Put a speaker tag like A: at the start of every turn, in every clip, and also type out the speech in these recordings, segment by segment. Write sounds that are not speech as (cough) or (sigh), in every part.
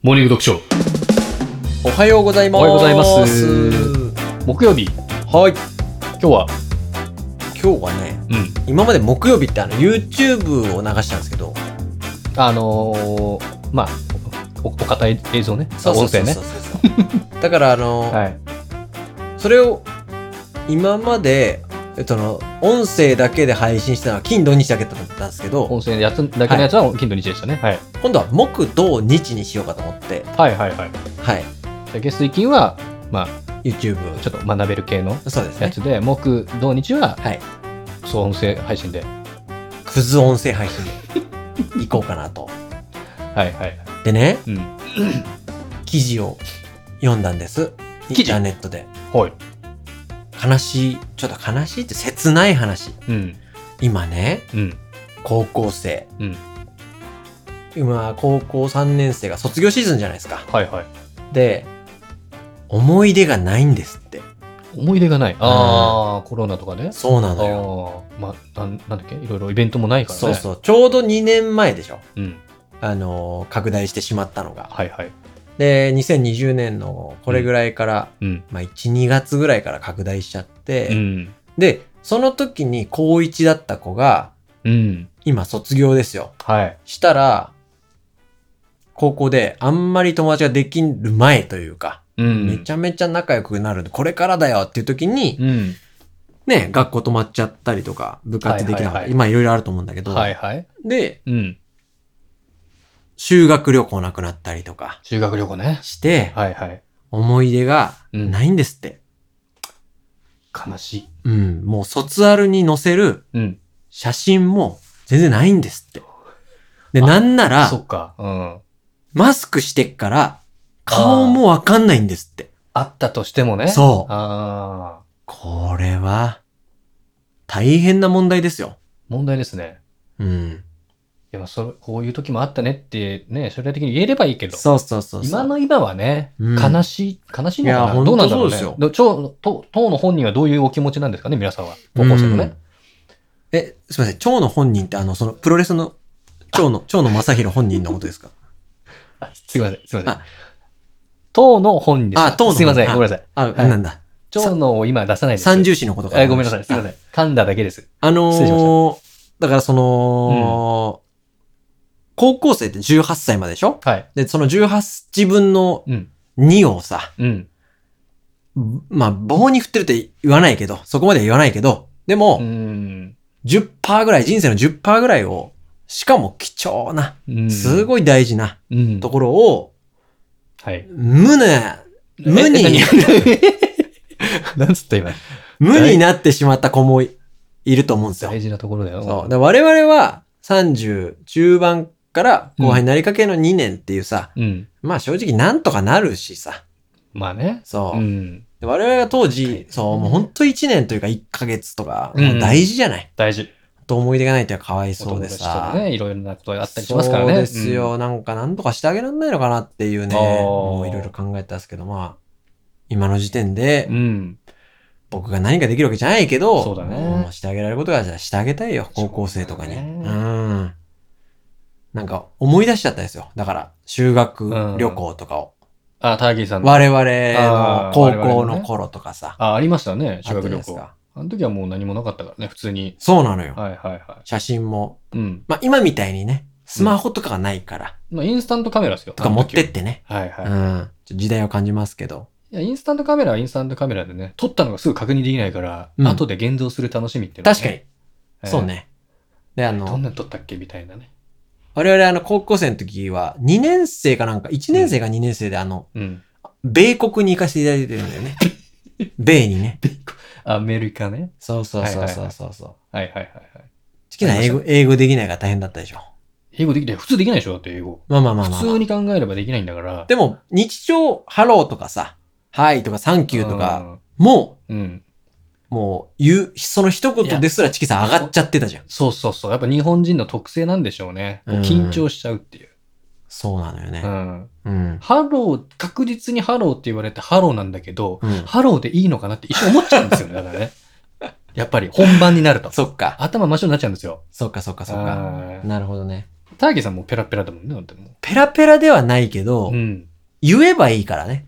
A: モーニング読書
B: おはようございます。
A: おはようございます木曜日
B: はい。
A: 今日は
B: 今日はね、
A: うん
B: 今まで木曜日ってあの YouTube を流したんですけど、
A: あのー、まあおお堅い映像ね音声ね
B: そうそうそうだからあの、
A: (laughs) はい
B: それを今まで、えっとあの、音声だけで配信したのは金土日だけだったんですけど、
A: 音声のやつだけのやつは金土日でしたね、はい、
B: 今度は木土日にしようかと思って、
A: はいはいはい
B: はい。
A: で月水金はまあ
B: YouTube。
A: ちょっと学べる系の
B: そうです
A: や
B: ね。
A: つで、木土日は
B: はい。
A: そう音声配信で
B: クズ音声配信で行こうかなと。
A: はいはい
B: でね、
A: うん
B: 記事を読んだんです。イン
A: 記事
B: ターネットで。
A: はい
B: 悲しい、ちょっと悲しいって切ない話。
A: うん
B: 今ね、
A: うん
B: 高校生。
A: うん
B: 今、高校3年生が卒業シーズンじゃないですか。
A: はいはい
B: で、思い出がないんですって。
A: 思い出がないああコロナとかね
B: そうな
A: あ
B: のよ。
A: あまあなんなんだっけいろいろイベントもないからね
B: そうそう。ちょうど2年前でしょ。
A: うん
B: あのー、拡大してしまったのが。
A: はいはい
B: で、2020年のこれぐらいから、
A: うん
B: まあ1、2月ぐらいから拡大しちゃって、
A: うん
B: で、その時に高1だった子が、
A: うん
B: 今卒業ですよ。
A: はい
B: したら、高校であんまり友達ができる前というか、
A: うん
B: めちゃめちゃ仲良くなる、これからだよっていう時に、
A: うん
B: ね、学校止まっちゃったりとか、部活できなかった
A: はいはいはい
B: り、今いろいろあると思うんだけど、
A: はいはい
B: で、
A: うん
B: 修学旅行なくなったりとか
A: 修学旅行ね
B: して、
A: はいはい
B: 思い出がないんですって。
A: 悲しい
B: うん、もう卒アルに載せる
A: うん
B: 写真も全然ないんですって。で、
A: あ
B: なんなら
A: そ、っかうん
B: マスクしてっから、顔もわかんないんですって。
A: あったとしてもね
B: そう。
A: ああ
B: これは、大変な問題ですよ。
A: 問題ですね
B: うん。
A: いやそれこういう時もあったねってね将来的に言えればいいけど
B: そうそうそうそう。
A: 今の今はね、
B: うん
A: 悲しい、悲しいの
B: い
A: か
B: や
A: などうなんだろう
B: 本当そうですよ
A: ね。超、党の本人はどういうお気持ちなんですかね、皆さんは。高校生のね。
B: うん。え、すいません。蝶の本人って、あの、その、プロレスの、蝶の、蝶野正宏本人のことで
A: (laughs)
B: すか
A: あすいません、すいません
B: あ。
A: 党の本人です。
B: あ党の本
A: すいません、
B: あ
A: ごめんなさい。
B: あ、
A: はい
B: なんだ。
A: 長野を今出さないです。
B: 三重視のことか
A: えごめんなさい、すいません。噛んだだけです。
B: あの
A: 失礼しま
B: ー、だからその、高校生って18歳まででしょ
A: はい。
B: で、その18、自分の
A: うん。
B: 2をさ、
A: うん。
B: まあ、棒に振ってるって言わないけど、そこまでは言わないけど、でも、
A: うん。
B: 10%ぐらい、人生の10%ぐらいを、しかも貴重な、すごい大事な
A: うん。うん
B: と。ころを、
A: はい。
B: 無な、無に
A: え何なんつった今。
B: 無になってしまった子もいいると思うんですよ。
A: 大事なところだよ。
B: そう。だから我々は30中盤から後輩になりかけの2年っていうさ、
A: うん。
B: まあ正直なんとかなるしさ。
A: まあね。
B: そうう。
A: ん。
B: で我々が当
A: は
B: 時
A: い、
B: そう、もうほんと1年というか1ヶ月とか、
A: うん
B: もう大事じゃない。
A: 大事。
B: ほんと思い出がないというかかわいそうで
A: 男
B: さ
A: の人。とね、いろいろなことがあったりしますからね。
B: そうですよ。なんかなんとかしてあげられないのかなっていうね、
A: あー
B: もういろいろ考えたんですけど、まあ、今の時点で
A: うん。うん。
B: 僕が何かできるわけじゃないけど、
A: そうだね
B: もうしてあげられることがじゃあしてあげたいよ、高校生とかに。う
A: そうだね
B: ん。なんか思い出しちゃったんですよ。だから、修学旅行とかを。
A: あ、ターギーさんの。
B: 我々の
A: あー我々
B: 高校
A: の
B: の
A: ね
B: 頃とかさ。
A: あ、ありましたね、
B: あ
A: 修
B: っ
A: 学旅
B: たじゃないです
A: 行。
B: か
A: あの時はもう何もなかったからね、普通に。
B: そうなのよ。
A: はいはいは
B: 写真も。
A: い。うん。
B: まあ今みたいにね、スマホとかがないから、
A: まあ、インスタントカメラですよ。
B: とか持ってってね。
A: あの時は。はいうはい。い
B: ん。ちょっと時代を感じますけど。
A: や、インスタントカメラはインスタントカメラでね、撮ったのがすぐ確認できないから、
B: うん
A: 後で現像する楽しみっていうのはね
B: 確かに。。
A: えー
B: そう。ね。で、あ
A: どん
B: の、
A: なの撮ったっけみたいなね。
B: 我々あの、高校生の時は、2年生かなんか、1年生が2年生で、あの、
A: うん。
B: 米国に行かせていただいてるんだ
A: (laughs)
B: よね。米にね。
A: アメリカね。
B: そうそうそうそ
A: は
B: う
A: い
B: そうそう。好
A: はいはいはいはい。
B: きな英語、英語できないから大変だったでしょ。
A: 英語できない。普通できないでしょだって英語。
B: まあまあまあまあ、
A: 普通に考えればできないんだから。
B: でも、日常、ハローとかさ、はいとか、サンキューとか、も
A: うん。うん。
B: う、もう、言う、その一言ですらチキさん上がっちゃってたじゃん。
A: そうそうそう。やっぱ日本人の特性なんでしょうね。
B: うん
A: 緊張しちゃうっていう。
B: そうなのよ
A: う
B: ね。
A: ん。
B: うん。
A: ハロー、確実にハローって言われてハローなんだけど、
B: うん。
A: ハローでいいのかなって一瞬思っちゃうんですよね、だ
B: (laughs)
A: からね。やっぱり本番になると。
B: そっか。
A: 頭真っ白になっちゃうんですよ。
B: そっかそっかそっ
A: あ
B: か。
A: ー
B: なるほどね。
A: ターゲさんもペラペラだもんね、なんても
B: ペラペラではないけど、
A: う。うん。
B: 言えばいいからね。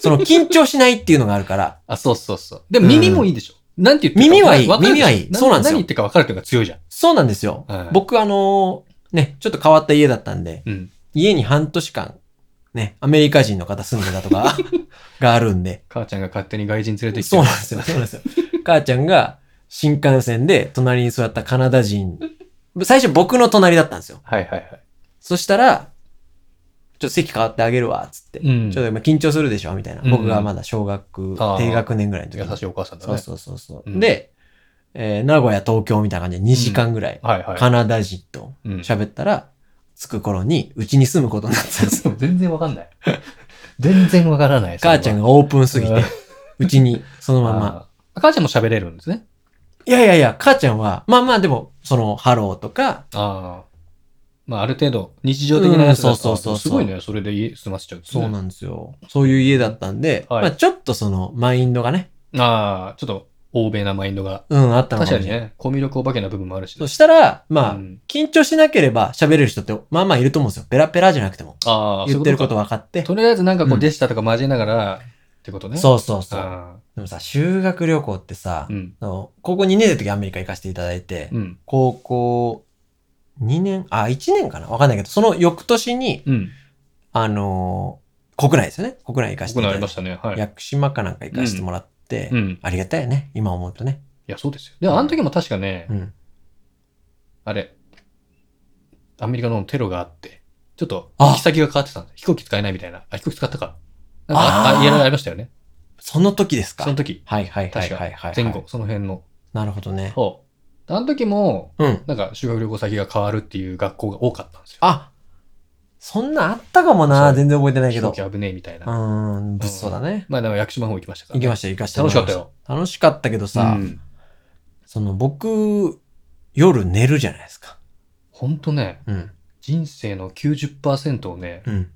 B: その緊張しないっていうのがあるから。
A: あ、そうそうそう。でも耳もいいでしょ。なんて言ってるか
B: 耳はいい
A: わかるでしょ
B: 耳はいいそうなんですよ
A: 何言ってるか分かるというか強いじゃん。
B: そうなんですよ。
A: はい
B: 僕あのーね、ちょっと変わった家だったんで、
A: うん。
B: 家に半年間、ね、アメリカ人の方住んでたとか、
A: (laughs)
B: があるんで。
A: 母ちゃんが勝手に外人連れてきて。
B: そうなんですよ。そうなんですよ。母ちゃんが新幹線で隣に座ったカナダ人、最初僕の隣だったんですよ。
A: はいはいはい。
B: そしたら、ちょっと席変わってあげるわ、つって。
A: うん。
B: ちょっと今緊張するでしょみたいな。
A: うん
B: 僕がまだ小学、
A: あー
B: 低学年ぐらいの時。
A: 優しいお母さんだね。
B: そうそうそうそう。
A: うん
B: で、えー名古屋、東京みたいな感じで2時間ぐらい、
A: はいはい。
B: カナダ人と
A: うん
B: 喋ったら、着く頃にうちに住むことになってたんですよ。
A: 全然わかんない。全然わからない。
B: (laughs) 母ちゃん
A: が
B: がオープンすぎて
A: うん、
B: うちにそのまま。
A: まあ。母ちゃんも喋れるんですね。
B: いやいやいや、母ちゃんは、まあまあでも、その、ハローとか、
A: ああ。まあ、ある程度、日常的なやつだ
B: うん
A: と
B: そうそうそうそう
A: すごいね、それで家済ませちゃう、
B: そうなんんですよ。そういう家だったんで、
A: はい
B: まあちょっとその、マインドがね、
A: ああ、ちょっと、欧米なマインドが。
B: うん、あったの
A: 確
B: かも
A: かに
B: しれない。
A: ね、コミュ力お化けな部分もあるし
B: そ
A: ね。
B: したら、まあ、
A: うん
B: 緊張しなければ喋れる人って、まあまあいると思うんですよ。ペラペラじゃなくても。
A: ああ、
B: 言ってること
A: は。
B: 分かって。
A: (laughs) とりあえずなんかこ
B: うん
A: う、でしたとか交えながら、ってことね。う。
B: そうそうそう。
A: あ
B: でもさ、修学旅行ってさ、
A: あ。うん。
B: あの高校2年生の時アメリカ行かせていただいて、
A: うん。
B: 高校2年、あ、1年かなわかんないけど、その翌年に、
A: うん。
B: あのー国内ですよね。国内行かせて
A: 僕
B: い
A: な
B: ただ
A: り
B: い
A: ま
B: て
A: し。たね。はい。
B: 屋久島かなんか行かせてもらって、
A: うん。い
B: ありがたいよね。今思うとね。
A: や、そうですよ。で、あの時も確かね
B: う、ん。
A: あれ、アメリカのテロがあって、ちょっと、
B: あ
A: 行き先が変わってたんだ。飛行機使えないみたいな。あ、飛行機使ったか。なんか
B: あー
A: あ、あ、いろいろありましたよね。
B: その時ですか
A: その時。
B: はいはいはい
A: 確
B: はい
A: か
B: はい。。
A: 前後、。その辺の。
B: なるほどね。
A: そう。あの時も、
B: うん。
A: なんか修学旅行先が変わるっていう学校が多かったんですよ。
B: あ、そんなんあったかもな。
A: そう
B: 全然覚えてないけ
A: 飛
B: ど
A: 行。機危ねえみたいうな。
B: ーん、物騒だね。
A: まあでも屋久島の方行きましたから
B: 行
A: ね。
B: きました、行かせて
A: 楽しかったよ。
B: 楽しかったけどさ、
A: うん
B: その僕、夜寝るじゃないですか。
A: ほんとね、
B: うん。
A: 人生の90%をね、
B: うん。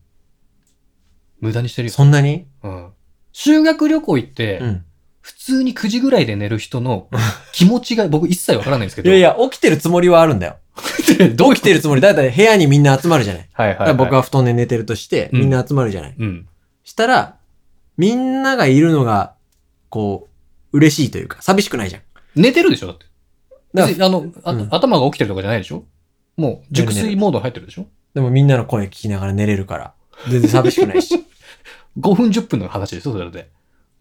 A: 無駄にしてるよ。
B: そんなに
A: うん。修学旅行行って、
B: うん。
A: 普通に9時ぐらいで寝る人
B: (laughs)
A: の気持ちが僕一切わからないんですけ
B: い
A: ど。
B: やいや、起きてるつもりはあるんだよ。
A: (laughs) どう
B: 起きてるつもり。だいたい部屋にみんな集まるじゃない。
A: はいはい、
B: だから僕は布団で寝てるとして、
A: うん
B: みんな集まるじゃない。
A: うん。
B: したら、みんながいるのが、こう、嬉しいというか、寂しくないじゃん。
A: 寝てるでしょだって。
B: だから
A: 別にあの、あ
B: うん
A: 頭が起きてるとかじゃないでしょもう、熟睡モードに入ってるでしょ
B: でもみんなの声聞きながら寝れるから、全然寂しくない (laughs) し。
A: ?5 分10分の話ですよ、それで。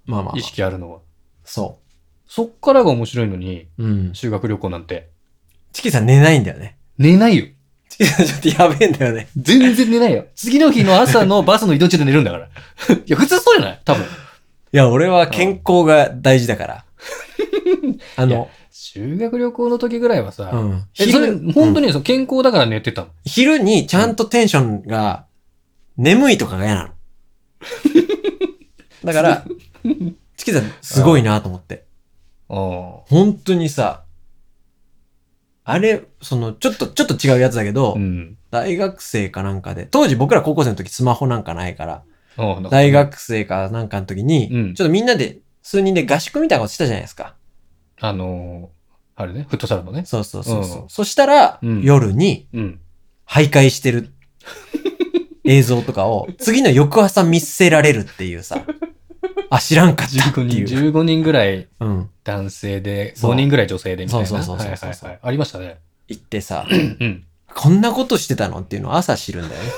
B: まあまあ、ま
A: 意
B: あ、
A: 識あるのは。
B: そ
A: そっからが面白いのに、
B: う。うん。
A: 修学旅行なんて。
B: チキさん寝ないんだよね。
A: 寝ないよ。
B: チキさんちょっとやべえんだよね。
A: 全然寝ない
B: (laughs)
A: よ。次の日の朝のバスの移動中で寝るんだから。い (laughs) や、普通そうじゃない多分。
B: いや、俺は健康が大事だから。あの、
A: 修学旅行の時ぐらいはさ、
B: うん。
A: えそれ、本当
B: に、
A: に、その健康だから寝てたの。
B: 昼にちゃんとテンションが、眠いとかが嫌なの。
A: (laughs)
B: だから、チキさんすごいなと思って。
A: あ
B: 本当にさ、あれ、その、ちょっと、ちょっと違うやつだけど、
A: あ。うん。
B: 大学生かなんかで、当時僕ら高校生の時スマホなんかないから、
A: ああ
B: 大。学生かなんかの時に、
A: うん
B: ちょっとみんなで、数人で合宿みたいなことしたじゃないですか。
A: あのーあれね、フットサルのね。
B: そうそうそうそう。
A: うん
B: そしたら、
A: うん
B: 夜に
A: うん。
B: 徘徊してる映像とかを、次の翌朝見せられるっていうさ、あ、知らんかったって
A: 15人、
B: いう。
A: 15人ぐらい
B: うん。
A: 男性で、
B: そう
A: 5人ぐらい女性でみたいな。
B: そうそうそうそうそう
A: はいはいはい。ありましたね。
B: 行ってさ、
A: うん。
B: こんなことしてたのっていうのを朝知るんだよね。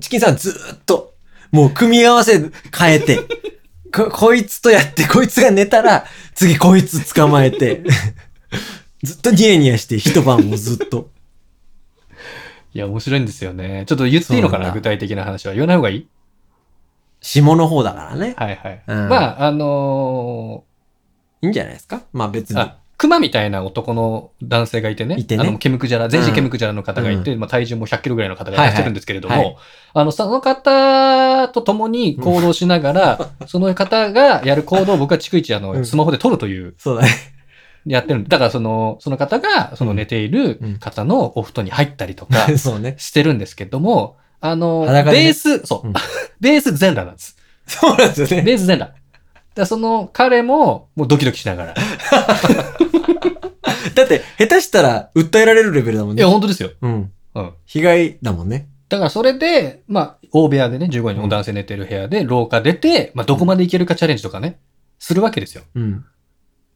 B: チキンさんずーっと、もう組み合わせ変えて、こ、こいつとやって、こいつが寝たら、次こいつ捕まえて、ずっとニヤニヤして一晩もずっと。
A: いや、面白いんですよね。ちょっと言っていいのか
B: そう
A: な
B: なんだ
A: 具体的な話は。言わない方がいい
B: 下の方だからね。
A: はいはい。
B: うん
A: まあ、あの
B: いいんじゃないですかまあ別
A: ー
B: に。
A: あ、熊みたいな男の男性がいてね。
B: いてね
A: あの、ケムクジャラ、全身ケムクジャラの方がいて、まあ体重も100キロぐらいの方がいらっしゃるんですけれども、
B: はいはい
A: あの、その方と共に行動しながら、 (laughs) その方がやる行動を僕は逐一あ
B: う
A: の、
B: ん
A: スマホで撮るという
B: そうだね。
A: やってるんでだからその、その方が、その寝ている方のお布団に入ったりと
B: (laughs)
A: か
B: そうね。
A: してるんですけども、あの、
B: 裸でね
A: ベース、そう、
B: うん
A: ベース全裸なんです。
B: (laughs) そうなんですよね。
A: ベー
B: (laughs)
A: ス全裸。だからその彼も、もうドキドキしながら。
B: だって、下手したら訴えられるレベルだもん
A: い
B: ね
A: や、。本当ですよ。
B: うん。
A: うん。
B: 被害だもんね。
A: だからそれで、まあ、大部屋でね、15人の男性寝てる部屋で、廊下出て、まあ、どこまで行けるかチャレンジとかね、するわけですよ。
B: うん。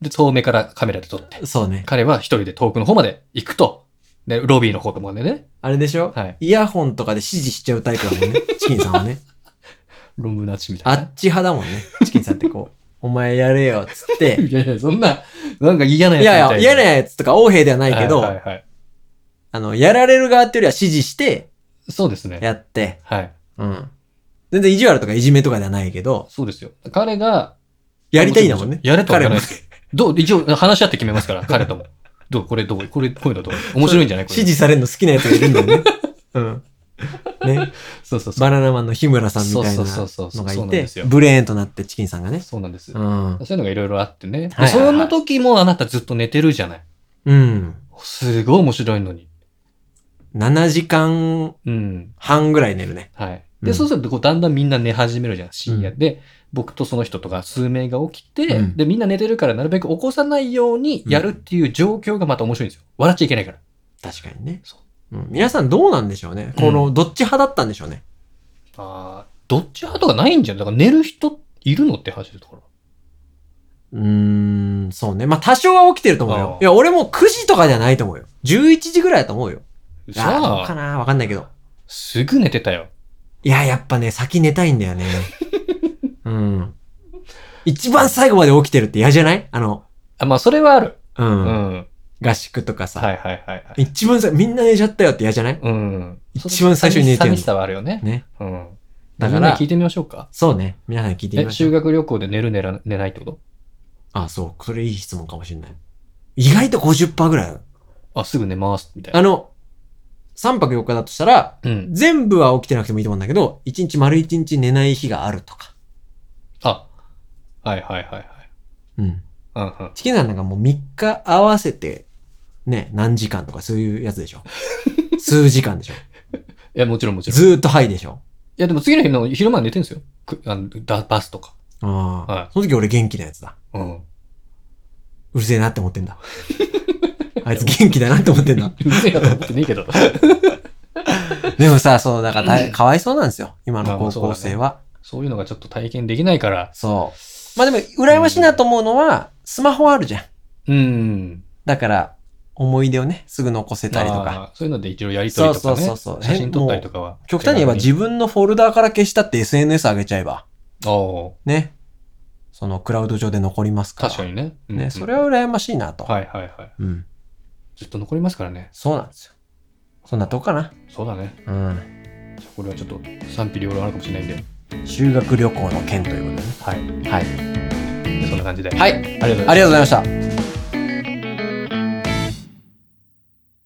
A: で、遠目からカメラで撮って。
B: そうね。
A: 彼は一人で遠くの方まで行くと。で、ロビーの方とかまでね。
B: あれでしょ
A: はい。
B: イヤホンとかで指示しちゃうタイプだも
A: (laughs)
B: んね。チキンさんはね。
A: ロムナチみた
B: あ
A: いな。
B: っち派だもんね。チキンさんってこう、お前やれよ、っつって。
A: (laughs) いやいや、そんな、なんか嫌ない
B: やい
A: やつみた
B: や、
A: いな。
B: 嫌なやつとか、横兵ではないけど、
A: はいはいはい。
B: あの、やられる側っていうよりは指示して、
A: そうですね。
B: やって、
A: はい。
B: うん。全然意地悪とかいじめとかではないけど、
A: そうですよ。彼が、
B: やりたいんだもんね。
A: やれとは
B: 彼
A: 言わ
B: も
A: ないですよ。どう、一応話し合って決めますから、彼とも。どうこれどうこれこういうのどう面白いんじゃないこれ。
B: 指示されるの好きなやつがいるんだ
A: (laughs)
B: よね。うん。ね。
A: そうそうそう。
B: バナナマンの日村さんみたい
A: そ
B: な
A: うそうそうそう
B: のが
A: そうな
B: い
A: んで
B: て
A: すよ、
B: ブレーンとなってチキンさんがね。
A: そうなんです。
B: うん。
A: そういうのがいろいろあってね。
B: はいはいはい
A: その時もあなたずっと寝てるじゃない。
B: うん。
A: すごい面白いのに。
B: 7時間
A: うん。半
B: 半ぐらい寝るね。
A: はい。
B: う
A: で、
B: ん
A: そうするとこうだんだんみんな寝始めるじゃん、深夜
B: う
A: で。僕とその人とか数名が起きて、
B: うん
A: で、みんな寝てるからなるべく起こさないようにやるっていう状況がまた面白いんですよ。笑っちゃいけないから。
B: 確かにね。。
A: そう
B: ん、皆さんどうなんでしょうね。この、どっち派だったんでしょうね。
A: ああ、どっち派とかないんじゃん。だから寝る人いるのって話だから。
B: うーん、そうね。まあ、多少は起きてると思う
A: あ
B: よ
A: あ。
B: いや、俺も9時とかじゃないと思うよ。11時ぐらいだと思うよ。
A: じ
B: ああどう
A: ゃ
B: か
A: あ、
B: なわかんないけど。
A: すぐ寝てたよ。
B: いや、やっぱね、先寝たいんだ
A: (laughs)
B: よね。うん。一番最後まで起きてるって嫌じゃないあの、
A: あ、まあ、それはある。
B: う。
A: うんん。
B: 合宿とかさ。
A: はいはいはいはい。
B: 一番最みんな寝ちゃったよって嫌じゃない
A: うん。
B: 一番最初に寝てる
A: 寂しさはあるよね。
B: ね。
A: うん。だ
B: だ
A: か
B: か
A: らら、聞いてみましょうか。
B: そうね。皆さん聞いてみ
A: え、
B: ましょ
A: 修
B: う。
A: 学旅行で寝る寝ら寝ないってこと
B: あ、そう。それいい質問かもしれない。意外と50%ぐらいある。
A: あ、すぐ寝ます、みたいな。
B: あの、3泊4日だとしたら、
A: うん。
B: 全部は起きてなくてもいいと思うんだけど、1日丸1日寝ない日があるとか。
A: あ、はいはいはいはい。
B: うん。
A: うんうん。
B: チキンさんなんかもう3日合わせて、ね、何時間とかそういうやつ (laughs) でしょ。数時間でしょ。
A: いや、もちろんもちろん。い
B: ずーっとハイでしょ。
A: や、でも次の日の昼間は寝てるんですよ。くあのだバスとか。
B: ああ、
A: はい
B: その時俺元気なやつだ。
A: うん。
B: うるせえなって思って (laughs) んだ。あいつ元気だなって思ってんだ。
A: うるせえなと思ってねえけど。 (laughs)
B: でもさ、そう、だから大かわいそうなんですよ。今の高校生は。
A: そういうのがちょっと体験できないから。
B: そう。まあでも、羨ましいなと思うのは、スマホあるじゃん。
A: うん。
B: だから、思い出をね、すぐ残せたりとか。
A: あーそういうので一応やりとりとかね。
B: そうそうそうそう
A: 写真撮ったりとかは。
B: 極端に言えば自分のフォルダーから消したって SNS 上げちゃえば、
A: ああ、
B: ね。そのクラウド上で残りますから。
A: 確かにね。うんう
B: ね、
A: ん
B: それは羨ましいなと。
A: はいはいはい。
B: うん。
A: ずっと残りますからね。
B: そうなんですよ。そんなとこかな。
A: そうだね。
B: うん。
A: これはちょっと賛否両論あるかもしれないんで。
B: 修学旅行の件というこ
A: はい。
B: とでね。はい。
A: でそんな感じで。
B: はい
A: ありがとうございます
B: ありがとうございました。